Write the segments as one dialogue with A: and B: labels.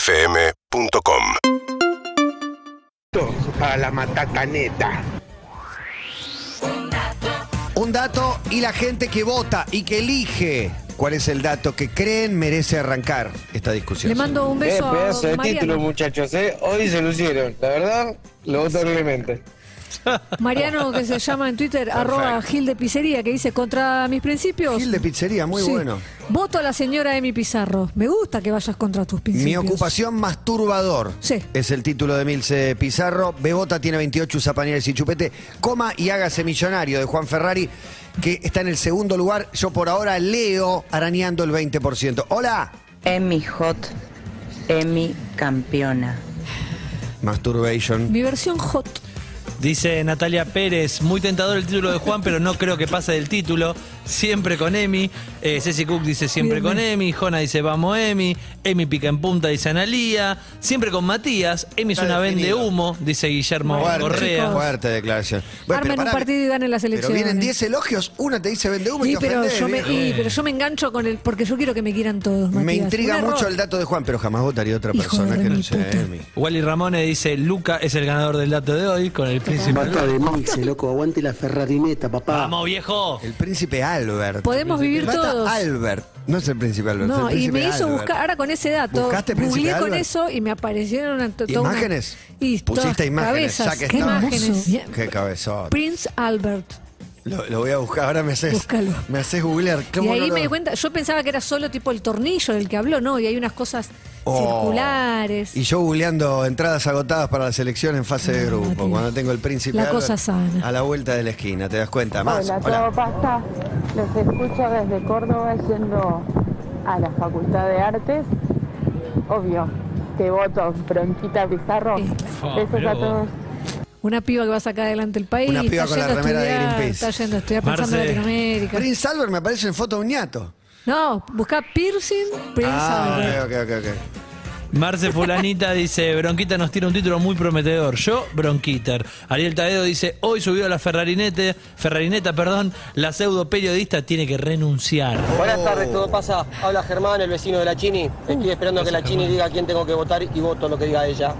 A: UrbanaPlayFM.com
B: a la matataneta.
C: Un dato y la gente que vota y que elige cuál es el dato que creen merece arrancar esta discusión.
D: Le mando un
E: Eh,
D: beso
E: pedazo
D: a
E: de título,
D: Mariano.
E: muchachos, ¿eh? Hoy se lucieron. La verdad, lo voto Clemente.
D: Mariano, que se llama en Twitter, arroba Gil de Pizzería, que dice, contra mis principios...
C: Gil de pizzería, muy
D: Sí.
C: bueno.
D: Voto a la señora Emi Pizarro. Me gusta que vayas contra tus
C: Mi
D: principios.
C: ocupación masturbador
D: Sí.
C: es el título de Milce Pizarro. Bebota tiene 28, usa pañales y chupete. Coma y hágase millonario de Juan Ferrari, que está en el segundo lugar. Yo por ahora leo arañando el 20%. Hola,
F: Emi Hot, Emi Campeona.
C: Masturbation.
D: Mi versión hot.
G: Dice Natalia Pérez, muy tentador el título de Juan, pero no creo que pase del título. Siempre con Emi. Eh, Ceci Cook dice siempre
D: Bien,
G: con Emi. Jona dice vamos Emi. Emi pica en punta, dice Analía. Siempre con Matías. Emi es
C: Está
G: una vende
C: definido.
G: humo, dice Guillermo
D: Bueno,
G: Correa.
D: chicos.
C: fuerte declaración.
D: Armen un partido y ganen las
C: Pero
D: elecciones.
C: vienen 10 elogios, una te dice vende humo y,
D: Y,
C: te
D: pero,
C: ofendés,
D: yo me,
C: viejo.
D: y, pero yo me engancho con el... Porque yo quiero que me quieran todos,
C: Me
D: Matías.
C: intriga
D: Un
C: mucho
D: error.
C: el dato de Juan, pero jamás votaría otra
D: Hijo
C: persona
D: de
C: que no
D: mi
C: sea
D: puta.
C: Emi.
G: Wally Ramone dice Luca es el ganador del dato de hoy con el príncipe.
H: Basta de Milce, loco, aguante la ferrarineta, papá.
G: Vamos viejo.
C: El príncipe Albert.
D: Podemos vivir
C: Basta
D: todos.
C: Albert. No es el príncipe Albert.
D: No,
C: es el
D: y
C: príncipe
D: me hizo
C: Albert.
D: buscar, ahora con ese dato,
C: ¿Buscaste Príncipe
D: googleé con
C: Albert?
D: eso y me aparecieron una, to- toda una-
C: ¿Imágenes?
D: y todas
C: Pusiste imágenes.
D: cabezas,
C: ya que
D: ¿Qué
C: estaba-
D: imágenes?
C: Qué cabezón.
D: Prince Albert.
C: Lo, lo voy a buscar. Ahora me haces.
D: Búscalo.
C: Me haces googlear.
D: Y
C: ¿Cómo
D: ahí
C: no lo-
D: me di cuenta, yo pensaba que era solo tipo el tornillo del que habló, ¿no? Y hay unas cosas
C: Oh.
D: circulares.
C: Y yo googleando entradas agotadas para la selección en fase de grupo.
D: Matías.
C: Cuando tengo el príncipe
D: La
C: Albert
D: cosa sana.
C: a la vuelta de la esquina, ¿te das cuenta? Más.
I: Hola,
C: Hola.
I: todo pasa. Los escucho desde Córdoba yendo a la Facultad de Artes. Obvio, te voto, Bronquita Pizarro.
D: Sí,
G: claro.
I: Besos
G: Mirá
I: a
G: vos.
I: todos.
D: Una piba que va a sacar adelante el país.
C: Una piba
D: está
C: con la
D: yendo a
C: remera de
D: estudiar,
C: Greenpeace.
D: Está yendo a estudiar pensando en
G: Marce.
D: Latinoamérica.
C: Prince Albert me aparece en foto de un ñato.
D: No, busca piercing, Prince
C: ah,
D: Albert.
C: ok, ok, ok, ok.
G: Marce Fulanita dice, Bronquita nos tira un título muy prometedor. Yo, Bronquiter. Ariel Taedo dice, hoy subió a la Ferrarinete, Ferrarineta, perdón, la pseudo periodista tiene que renunciar.
J: Buenas
E: Oh.
J: tardes, todo pasa. Habla Germán, el vecino de la Chini. Estoy esperando que la Chini diga quién tengo que votar y voto lo que diga ella.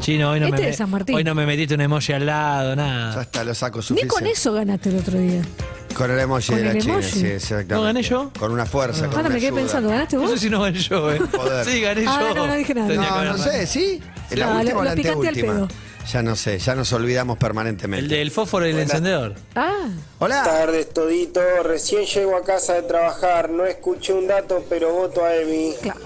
G: Chino, hoy no,
D: Este
G: me,
D: de San Martín.
G: hoy no me metiste un emoji al lado,
C: Ya
G: nada.
C: está, lo saco
D: Ni
C: suficiente.
D: con eso ganaste el otro día.
C: Con el emoji
D: Con
C: de la
D: el
C: China,
D: emoji.
C: sí, exactamente.
G: ¿No gané yo?
C: Con una fuerza. con
D: Ahora
C: una
D: me quedé
C: ayuda.
D: pensando, ¿eh? ¿ganaste vos?
G: Eso sí no gané yo, eh.
C: Joder.
G: Sí, gané
D: Ah,
G: yo.
D: no, no dije nada.
G: Tenía que
C: No, no sé,
G: haber-
C: ¿sí? ¿La
D: No,
C: última
D: lo-
C: o la
D: lo picaste al
C: anteúltima?
D: pedo.
C: Ya no sé, ya nos olvidamos permanentemente.
G: El del fósforo y el encendedor.
D: Ah,
C: Hola.
E: Tardes, todito. Recién llego a casa de trabajar. No escuché un dato, pero voto a Emi.
D: claro.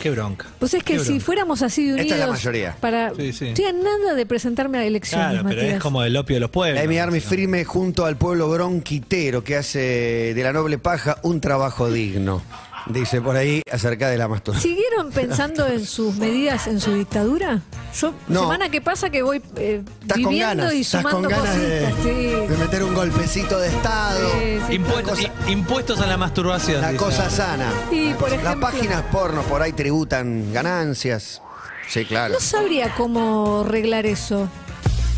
G: Qué bronca.
D: Pues es que
G: Qué
D: si
G: bronca.
D: fuéramos así de
C: Esta es
D: unidos.
C: la mayoría.
D: Para,
G: Sí, sí.
D: Estoy a nada de presentarme a elecciones,
G: Claro, pero
D: Matías.
G: es como el opio de los pueblos.
C: Amy Army firme junto al pueblo bronquitero que hace de la noble paja un trabajo digno. Dice por ahí acerca de la masturbación.
D: ¿Siguieron pensando en sus medidas, en su dictadura? Yo,
C: No.
D: semana que pasa que voy eh,
C: Estás con
D: viviendo
C: ganas,
D: y
C: estás con
D: sumando
C: ganas de,
D: cositas.
C: de
D: sí.
C: meter un golpecito de estado.
D: Sí, sí.
G: Impuestos,
C: La cosa-
G: i- impuestos a la masturbación.
C: La
G: dice.
C: cosa sana.
D: Y, por
C: Las
D: ejemplo-
C: páginas porno por ahí tributan ganancias. Sí, claro.
D: No sabría cómo arreglar eso.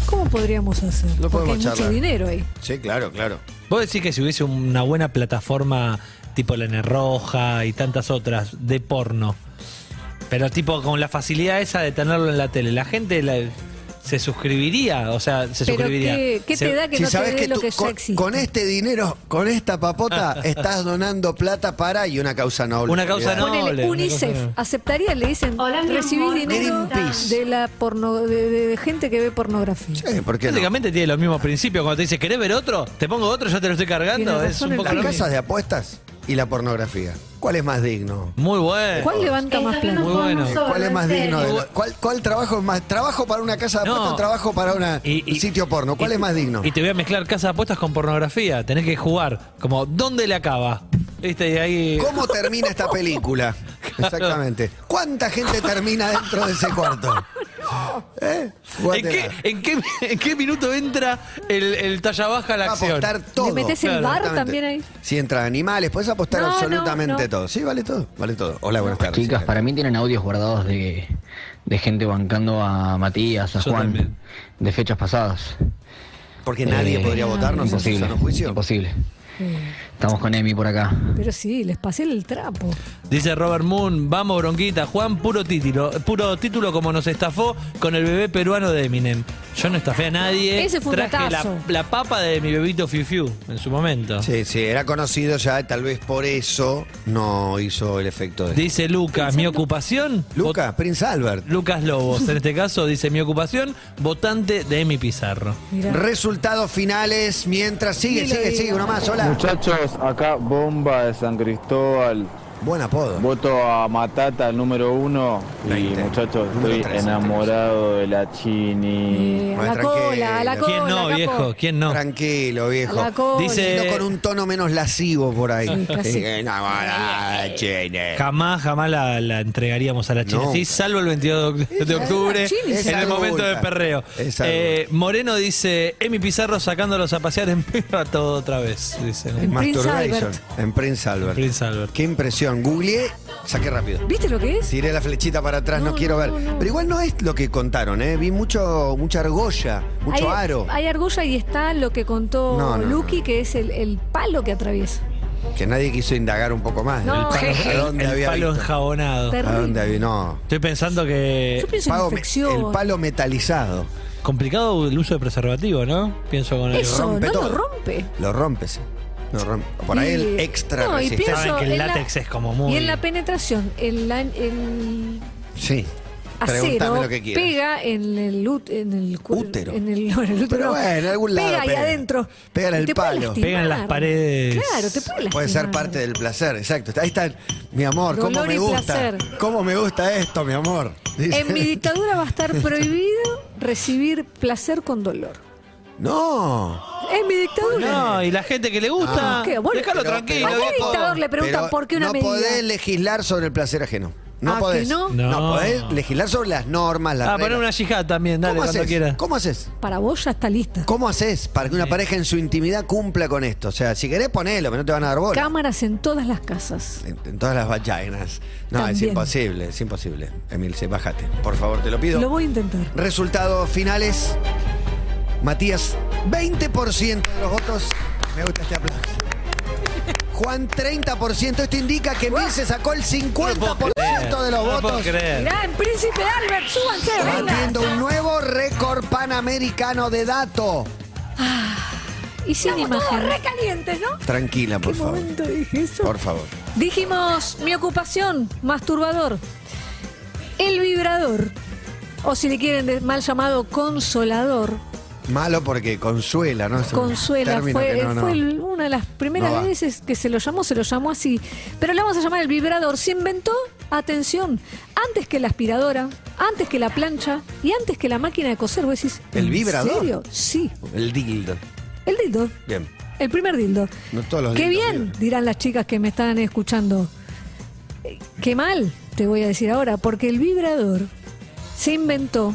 D: ¿Cómo podríamos hacer?
C: No
D: Porque
C: podemos
D: hay mucho
C: charlar.
D: dinero ahí.
C: Sí, claro, claro.
G: Vos decís que si hubiese una buena plataforma tipo la N Roja y tantas otras de porno, pero tipo con la facilidad esa de tenerlo en la tele, la gente la- se suscribiría, o sea, se
D: Pero
G: suscribiría.
D: ¿qué, qué
G: Se-
D: te da que
C: si
D: no te
C: sabes
D: dé
C: que,
D: lo
C: tú
D: que ya
C: con,
D: existe?
C: con este dinero, con esta papota, estás donando plata para y una causa noble.
G: Una causa
C: Olvidate.
G: noble.
D: Ponele,
G: una
D: UNICEF,
G: cosa-
D: aceptaría, le dicen,
I: Hola, mi
D: recibís
I: amor,
D: dinero
C: Greenpeace.
D: de la porno, de, de- de gente que ve pornografía.
C: Eh, ¿por qué no?
G: Prácticamente tiene los mismos principios. Cuando te dice, ¿querés ver otro? Te pongo otro, ya te lo estoy cargando.
D: Tiene
G: Es
D: razón
G: un
D: el
G: poco
C: Las
D: Para
G: lo
D: mí.
C: casas de apuestas y la pornografía. ¿Cuál es más digno?
G: mismo. Muy bueno.
D: ¿Cuál levanta más plata?
G: Muy bueno.
C: ¿Cuál es más digno? de
G: serio.
C: lo- ¿Cuál, cuál trabajo es más? ¿Trabajo para una casa de
G: No.
C: apuestas o trabajo para una-
G: Y-
C: un
G: y-
C: sitio porno? ¿Cuál
G: y-
C: es más digno?
G: Y te voy a mezclar casa de apuestas con pornografía. Tenés que jugar. Como, ¿dónde le acaba? ¿Viste? Y ahí.
C: ¿Cómo termina esta película? Exactamente. ¿Cuánta gente termina dentro de ese cuarto? ¿Eh?
G: ¿En qué,
C: Jugátela.
G: en, qué, en qué minuto entra el, el talla baja a la
C: Va a
G: acción?
C: apostar todo.
D: ¿Le metes el
G: Claro,
D: bar
C: Exactamente.
D: también ahí?
C: Si entra animales, puedes apostar
D: No, no,
C: absolutamente
D: no.
C: todo. Sí, vale todo. Vale todo. Hola, buenas tardes.
K: Chicas, para mí tienen audios guardados de, de gente bancando a Matías, a
G: Yo
K: Juan,
G: también.
K: de fechas pasadas.
C: Porque nadie
K: Eh,
C: podría votarnos en
K: imposible,
C: sano juicio.
K: Imposible. Estamos con Emi por acá.
D: Pero sí, les pasé el trapo.
G: Dice Robert Moon, vamos bronquita, Juan, puro título, puro título como nos estafó con el bebé peruano de Eminem. Yo no estafé a nadie.
D: Ese fue un
G: Traje la,
D: datazo.
G: la papa de mi bebito Fiu Fiu en su momento.
C: Sí, sí, era conocido ya, tal vez por eso no hizo el efecto de.
G: Dice Lucas, mi ocupación.
C: Lucas, Prince Albert.
G: Lucas Lobos, en este caso, dice mi ocupación, votante de Emi Pizarro.
C: Resultados finales mientras sigue, sigue, sigue, uno más, hola.
L: Muchachos, acá Bomba de San Cristóbal.
C: Buen apodo.
L: Voto a Matata, número uno. Y muchachos, estoy enamorado de la Chini.
D: Eh, A la cola, a la cola.
G: ¿Quién no,
D: capo.
G: viejo? ¿Quién no?
C: Tranquilo, viejo.
D: A la cola.
G: Dice-
C: Sino con un tono menos lascivo por ahí.
D: Sí, casi.
C: Sí, ah, enamorada, chene.
G: Jamás, jamás la, la entregaríamos a la China.
C: No.
G: Sí, salvo el 22 de oc- de octubre,
D: China es
G: en el
C: adulta.
G: momento del perreo.
C: Es adulta.
G: Eh, Moreno dice, Emi Pizarro sacándolos a pasear en medio a todo otra vez. Dice.
C: En
D: Prince
C: Masturbation.
D: Albert.
C: En Prince Albert.
G: Prince Albert.
C: Qué impresión. Googleé, saqué rápido.
D: ¿Viste lo que es?
C: Tiré la flechita para atrás, no,
D: No,
C: quiero
D: no,
C: ver.
D: no, no.
C: Pero igual no es lo que contaron, ¿eh? Vi mucho, mucha argolla, mucho
D: hay,
C: aro.
D: Hay argolla y está lo que contó
C: No, no,
D: Lucky,
C: no, no.
D: que es el, el palo que atraviesa.
C: Que nadie quiso indagar un poco más. ¿eh?
D: No,
C: ¿A dónde
D: Oh, jeje.
G: el
C: había
G: palo
C: visto?
G: enjabonado.
C: ¿A dónde había? No.
G: Estoy pensando que
D: Yo pienso
C: Pago
D: en
C: me-
D: infección.
C: el palo metalizado.
G: complicado el uso de preservativo, ¿no? Pienso con el...
D: Eso,
C: rompe
D: no
C: todo.
D: lo rompe.
C: Lo rompes. Lo rompe. Por ahí el
D: Y-
C: extra
D: no, y
C: resistente.
D: pienso
G: Saben que el
D: en la-
G: látex es como muy-
D: Y en la penetración, el, la- el
C: Sí. Pregúntame
D: acero
C: lo que quieras.
D: pega en el, ut- en el cu-
C: Útero.
D: En el, no, en el útero
C: Pero
D: no.
C: bueno, en algún lado
D: Pega ahí
C: pega.
D: adentro.
C: Pega en
D: Y
C: el
D: te puede
C: palo.
D: lastimar.
G: Pega en las paredes.
D: Claro, te puede lastimar.
C: Puede ser parte del placer, exacto. Ahí está, mi amor, cómo
D: Dolor
C: me
D: y
C: gusta.
D: placer.
C: Cómo me gusta esto, mi amor. Dice.
D: En mi dictadura va a estar prohibido recibir placer con dolor.
C: No.
D: Es mi dictadura.
G: No, y la gente que le gusta,
D: No. Ah, ¿Qué? Bueno,
G: dejarlo
D: pero-
G: tranquilo.
D: ¿A qué
G: viejo.
D: dictador le preguntan
C: Pero
D: por qué una
C: no
D: medida?
C: podés legislar sobre el placer ajeno. No
D: ¿Ah, que
C: podés.
D: no?
G: No.
C: podés legislar sobre las normas, las
G: Ah,
C: reglas.
G: poner una yihad también, dale,
C: ¿Cómo
G: cuando quieras.
C: haces? ¿Cómo haces?
D: Para vos ya está lista.
C: ¿Cómo haces para que una pareja en su intimidad cumpla con esto? O sea, si querés ponelo, pero no te van a dar bola.
D: Cámaras en todas las casas.
C: en, en todas las vaginas. No, es
D: También.
C: imposible, es imposible. Emilce, bájate. Por favor, te lo pido.
D: Lo voy a intentar.
C: Resultados finales. Matías, 20% de los votos. Me gusta este aplauso. Juan, 30%. Esto indica que Mil se sacó el 50% de los
G: No lo puedo
C: votos.
G: creer.
D: Mirá, en Príncipe Albert, súbanse, venga.
C: Batiendo un nuevo récord panamericano de dato.
D: Y sin imagen. recalientes, ¿no?
C: Tranquila, por
D: ¿Qué
C: favor.
D: momento dije eso?
C: Por favor.
D: Dijimos, mi ocupación, masturbador. El vibrador. O si le quieren de- mal llamado consolador.
C: Malo porque consuela, ¿no? Es un
D: Consuela
C: término
D: fue,
C: que no, no.
D: fue el- una de las primeras
C: No va.
D: veces que se lo llamó, se lo llamó así. Pero le vamos a llamar el vibrador. Se inventó, atención, antes que la aspiradora, antes que la plancha y antes que la máquina de coser. Vos decís,
C: ¿El
D: ¿en
C: vibrador?
D: serio? Sí,
C: El dildo.
D: el dildo,
C: Bien.
D: el primer dildo.
C: No todos los
D: Qué
C: dildos
D: bien,
C: vibran.
D: dirán las chicas que me están escuchando. Eh, Qué mal, te voy a decir ahora, porque el vibrador se inventó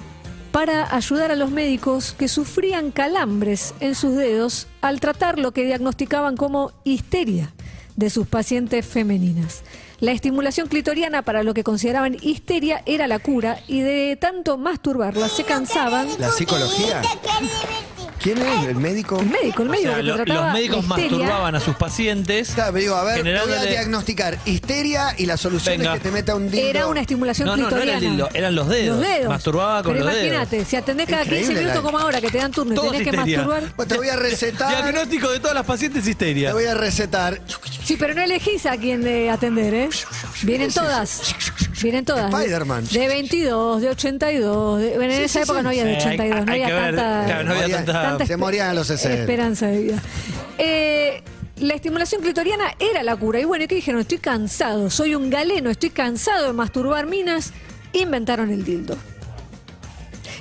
D: para ayudar a los médicos que sufrían calambres en sus dedos al tratar lo que diagnosticaban como histeria de sus pacientes femeninas. La estimulación clitoriana para lo que consideraban histeria era la cura y de tanto masturbarla se cansaban.
C: ¿La psicología? ¿Quién es? ¿El médico?
D: El médico, el
G: O
D: médico
G: sea,
D: que te
G: lo-
D: trataba
G: los médicos
D: la histeria,
G: masturbaban a sus pacientes.
C: Claro, pero digo, a ver, te voy a
G: Generándole-
C: diagnosticar histeria y la solución
G: Venga.
C: es que te meta un dildo.
D: Era una estimulación
G: No, no, no era
D: clitoriana.
G: el dildo, eran los dedos. Masturbaba con
D: Pero
G: los dedos.
D: imagínate, si atendés cada
C: Increíble
D: 15 minutos
C: la-
D: como ahora que te dan turno y
G: Todos
D: tenés que
G: histeria.
D: masturbar.
C: Pues te voy a recetar.
G: Diagnóstico de todas las pacientes
C: Te
G: histeria.
C: voy a recetar.
D: Sí, pero no elegís a quién eh, atender, ¿eh? Vienen todas. Vienen todas.
C: Spider-Man.
D: De 22, de 82. de- bueno, en
C: Sí,
D: esa
C: sí,
D: época
C: sí.
D: no había de
G: Sí, hay-
D: 82, no
G: hay
D: había
G: que ver,
D: tanta.
G: claro, no había
C: Morían-
G: tanta-
C: Se
D: espe-
C: morían a los 60.
D: Esperanza de vida. Eh, la estimulación clitoriana era la cura. Y bueno, ¿y ¿qué dijeron? Estoy cansado, soy un galeno, estoy cansado de masturbar minas. Inventaron el dildo.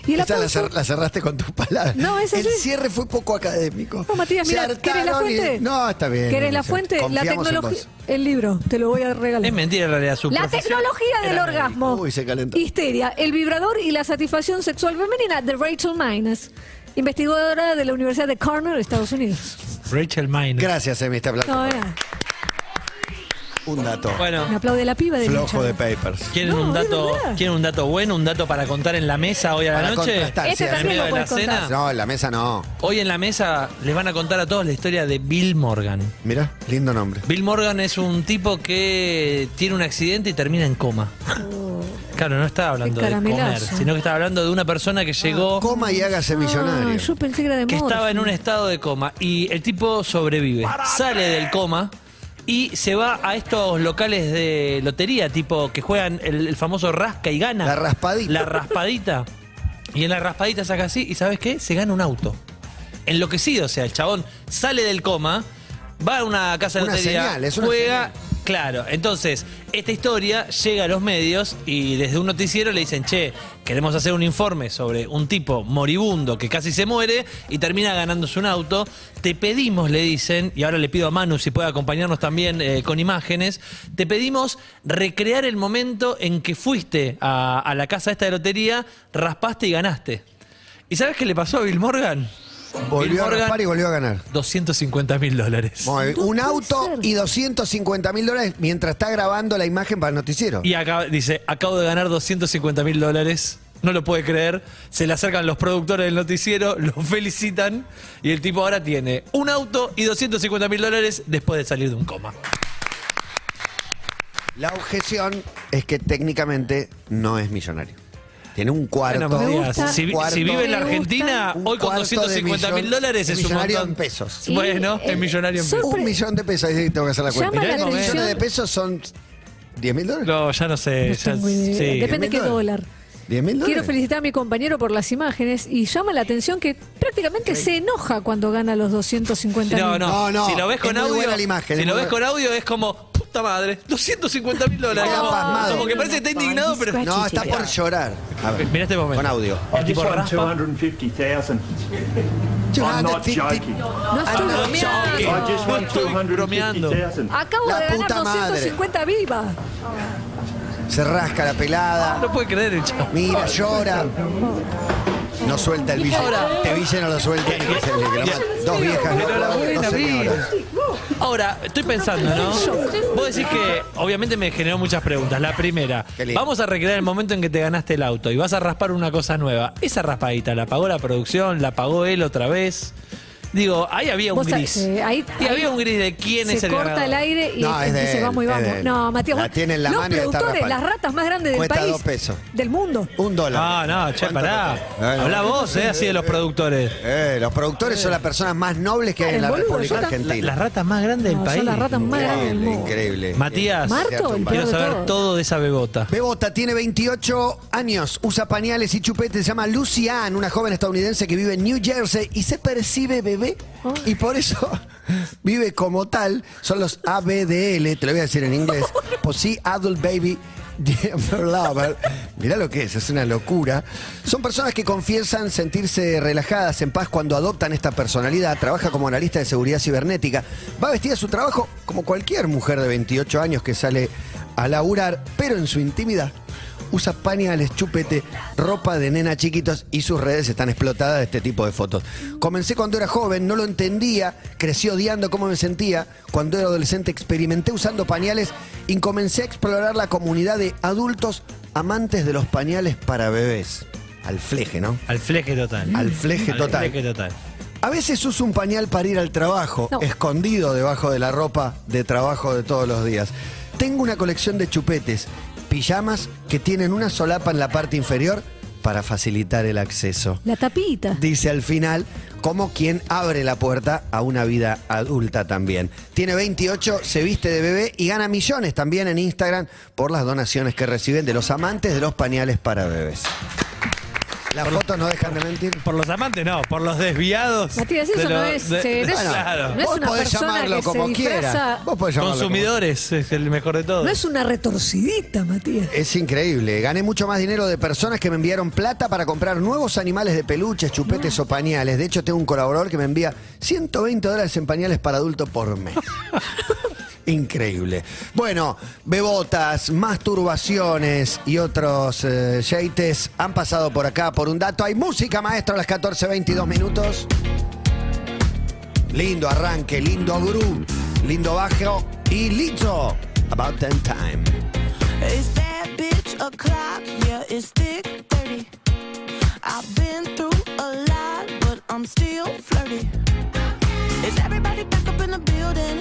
D: Y el
C: Esa la,
D: aplauso-
C: cer- la cerraste con tus palabras.
D: No, es
C: El
D: así.
C: cierre fue poco académico.
D: No, Oh, Matías,
C: Se
D: mira, ¿querés la
C: hartaron y-
D: fuente?
C: No, está bien.
D: ¿Querés la
C: Alicia.
D: fuente? La
C: Confiamos en
D: tecnología.
C: vos.
D: El libro, te lo voy a regalar.
G: Es mentira en realidad su
D: La
G: profesión
D: tecnología del
G: era
D: orgasmo.
C: Uy, se calentó.
D: Histeria, el vibrador y la satisfacción sexual femenina de Rachel Mines, investigadora de la Universidad de Cornell, Estados Unidos.
G: médica. Rachel Mine.
C: Gracias, Emi, este aplauso.
D: No, era.
C: un dato.
G: Bueno.
D: Me aplaude la piba de
C: Flojo
D: Lucha.
C: de papers.
G: ¿Quieren,
D: No,
G: un
D: es
G: dato,
D: verdad.
G: ¿Quieren un dato bueno, un dato para contar en la mesa hoy a la
C: Para
G: noche?
C: contrastar, Este sí,
G: en
C: también
G: medio
D: lo
G: de la
D: puedes contar.
G: cena.
C: No, en la mesa no.
G: Hoy en la mesa les van a contar a todos la historia de Bill Morgan.
C: Mirá, lindo nombre.
G: Bill Morgan es un tipo que tiene un accidente y termina en coma.
D: Oh.
G: Claro, no estaba hablando de comer,
D: caramelazo.
G: sino que estaba hablando de una persona que llegó,
C: Coma y hágase millonario.
D: Ah, yo pensé que era de
G: que
D: Morphy.
G: estaba en un estado de coma y el tipo sobrevive, sale del coma y se va a estos locales de lotería, tipo que juegan el, el famoso rasca y gana.
C: La raspadita.
G: La raspadita. Y en la raspadita saca así y ¿sabes qué? Se gana un auto. Enloquecido, o sea, el chabón sale del coma, va a una casa de
C: Una
G: lotería,
C: señal, es una
G: juega,
C: señal.
G: Claro, entonces, esta historia llega a los medios y desde un noticiero le dicen, che, queremos hacer un informe sobre un tipo moribundo que casi se muere y termina ganándose un auto. Te pedimos, le dicen, y ahora le pido a Manu si puede acompañarnos también eh, con imágenes, te pedimos recrear el momento en que fuiste a, a la casa esta de lotería, raspaste y ganaste. ¿Y sabes qué le pasó a Bill Morgan? Bill
C: Volvió a
G: Morgan,
C: raspar y volvió a ganar.
G: 250 mil dólares.
C: Muy bien.
D: No
C: un
D: puede
C: auto
D: ser.
C: y 250 mil dólares mientras está grabando la imagen para el noticiero.
G: Y acá dice, acabo de ganar 250 mil dólares. No lo puede creer. Se le acercan los productores del noticiero, lo felicitan. Y el tipo ahora tiene un auto y 250 mil dólares después de salir de un coma.
C: La objeción es que técnicamente no es millonario. Tiene un cuarto.
G: Bueno, me
D: Me
G: digas,
D: gusta.
G: si, vi-
C: Cuarto.
G: si vive en la
D: Me gusta.
G: Argentina,
C: Un
G: hoy con
C: cuarto
G: 250
C: de
G: mil
C: millón-
G: dólares es un
C: millonario
G: montón.
C: en pesos.
D: Y,
G: Bueno,
D: eh,
G: es millonario en
D: son-
G: pesos.
C: Un millón de pesos, ahí tengo que hacer la
D: Llama
C: cuenta.
G: la
C: Tres
G: atención-
C: millones de pesos son 10 mil dólares.
G: No, ya no sé.
D: No
G: ya-
D: tengo idea.
G: sí.
D: Depende qué
C: Bien,
D: dólar.
C: ¿10 mil dólares?
D: Quiero felicitar a mi compañero por las imágenes y llama la atención que prácticamente se enoja cuando gana los 250
G: No, no,
C: No, no,
G: Si lo ves
C: es
G: con
C: muy
G: audio,
C: buena la imagen,
G: si
C: es
G: lo
C: muy
G: ves con
C: buena.
G: audio es como puta madre, 250 mil dólares.
C: Está
G: Como-
C: pasmado.
G: Como que parece que está indignado, pero
C: No, está por llorar. A ver,
G: Mirá este momento.
C: Con audio.
G: El tipo raspa.
D: No estoy bromeando.
G: No estoy bromeando.
D: Acabo
C: La
D: de ganar
C: puta madre.
D: 250 viva.
C: Se rasca la pelada.
G: No puede creer el chavo.
C: Mira, llora. No suelta el billete.
G: Ahora-
C: Este billete no lo suelta. ni que se le- que lo mata. Dos viejas.
G: Pero la buena,
C: dos señoras.
G: Ahora, estoy pensando, ¿no? Vos decís que, obviamente me generó muchas preguntas. La primera,
C: Qué lindo.
G: vamos a recrear el momento en que te ganaste el auto y vas a raspar una cosa nueva. Esa raspadita, ¿la pagó la producción? ¿La pagó él otra vez? Digo, ahí había un
D: Vos sabés,
G: gris.
D: eh, ahí-
G: Y
D: ahí
G: había un gris de quién es
D: Se
G: el ganador.
D: corta el aire y
C: No, es de
D: dice
C: él,
D: vamos y
C: es
D: vamos.
C: de él.
D: No, Matías,
C: La
D: vos-
C: tiene en la
D: los
C: mano y la está
D: productores, las
C: rapando.
D: ratas más grandes del
C: Cuesta
D: país.
C: dos pesos.
D: Del mundo.
C: Un dólar.
G: Ah, no, che,
C: ¿Cuánto
G: pará.
C: cuesta? Eh,
G: Habla
C: no.
G: vos, eh, así de los productores.
C: Eh, los productores son las personas más nobles que hay en
D: El
C: la
D: boludo,
C: República
D: yo ta-
G: La-
C: Argentina.
G: las ratas más grandes del
D: No, son
G: país.
D: las ratas más grandes del
C: Increíble,
D: mundo.
C: increíble.
G: Matías.
D: Marto, el
G: Quiero
D: Peor de
G: saber
D: todo.
G: todo de esa bebota.
C: Bebota tiene 28 años, usa pañales y chupetes, se llama Lucy Ann, una joven estadounidense que vive en New Jersey y se percibe bebé y por eso vive como tal. Son los ABDL, te lo voy a decir en inglés, Posse Adult Baby Diaper Lover. Mirá lo que es, es una locura. Son personas que confiesan sentirse relajadas, en paz cuando adoptan esta personalidad. Trabaja como analista de seguridad cibernética. Va vestida a su trabajo como cualquier mujer de 28 años que sale a laburar, pero en su intimidad usa pañales, chupete, ropa de nena chiquitos y sus redes están explotadas de este tipo de fotos. Comencé cuando era joven, no lo entendía, crecí odiando cómo me sentía. Cuando era adolescente experimenté usando pañales y comencé a explorar la comunidad de adultos amantes de los pañales para bebés. Al fleje, ¿no?
G: Al fleje total.
C: Al fleje total.
G: Al fleje total.
C: A veces uso un pañal para ir al trabajo,
D: No.
C: escondido debajo de la ropa de trabajo de todos los días. Tengo una colección de chupetes, pijamas que tienen una solapa en la parte inferior para facilitar el acceso.
D: La tapita.
C: Dice al final, como quien abre la puerta a una vida adulta también. Tiene 28, se viste de bebé y gana millones también en Instagram por las donaciones que reciben de los amantes de los pañales para bebés. Las fotos no dejan de mentir.
G: Por los amantes no, por los desviados.
D: Matías, eso
G: de
D: no
G: lo-
D: es,
G: de-
D: eh, no es-
G: claro.
D: no es
C: Vos
D: una
C: podés
D: persona
C: llamarlo
D: que se
C: como
D: disfraza-
C: quieras. Vos podés llamarlo como-
G: Consumidores es el mejor de todos.
D: No es una retorcidita, Matías.
C: Es increíble. Gané mucho más dinero de personas que me enviaron plata para comprar nuevos animales de peluches, chupetes o pañales. De hecho, tengo un colaborador que me envía 120 dólares en pañales para adulto por mes. Increíble. Bueno, bebotas, masturbaciones y otros eh, yeites han pasado por acá por un dato. Hay música, maestro, a las 14.22 minutos. Lindo arranque, lindo groove, lindo bajo y listo. About That Time.
M: It's that bitch o'clock, yeah, it's thick 30. I've been through a lot, but I'm still flirty. Is everybody back up in the building?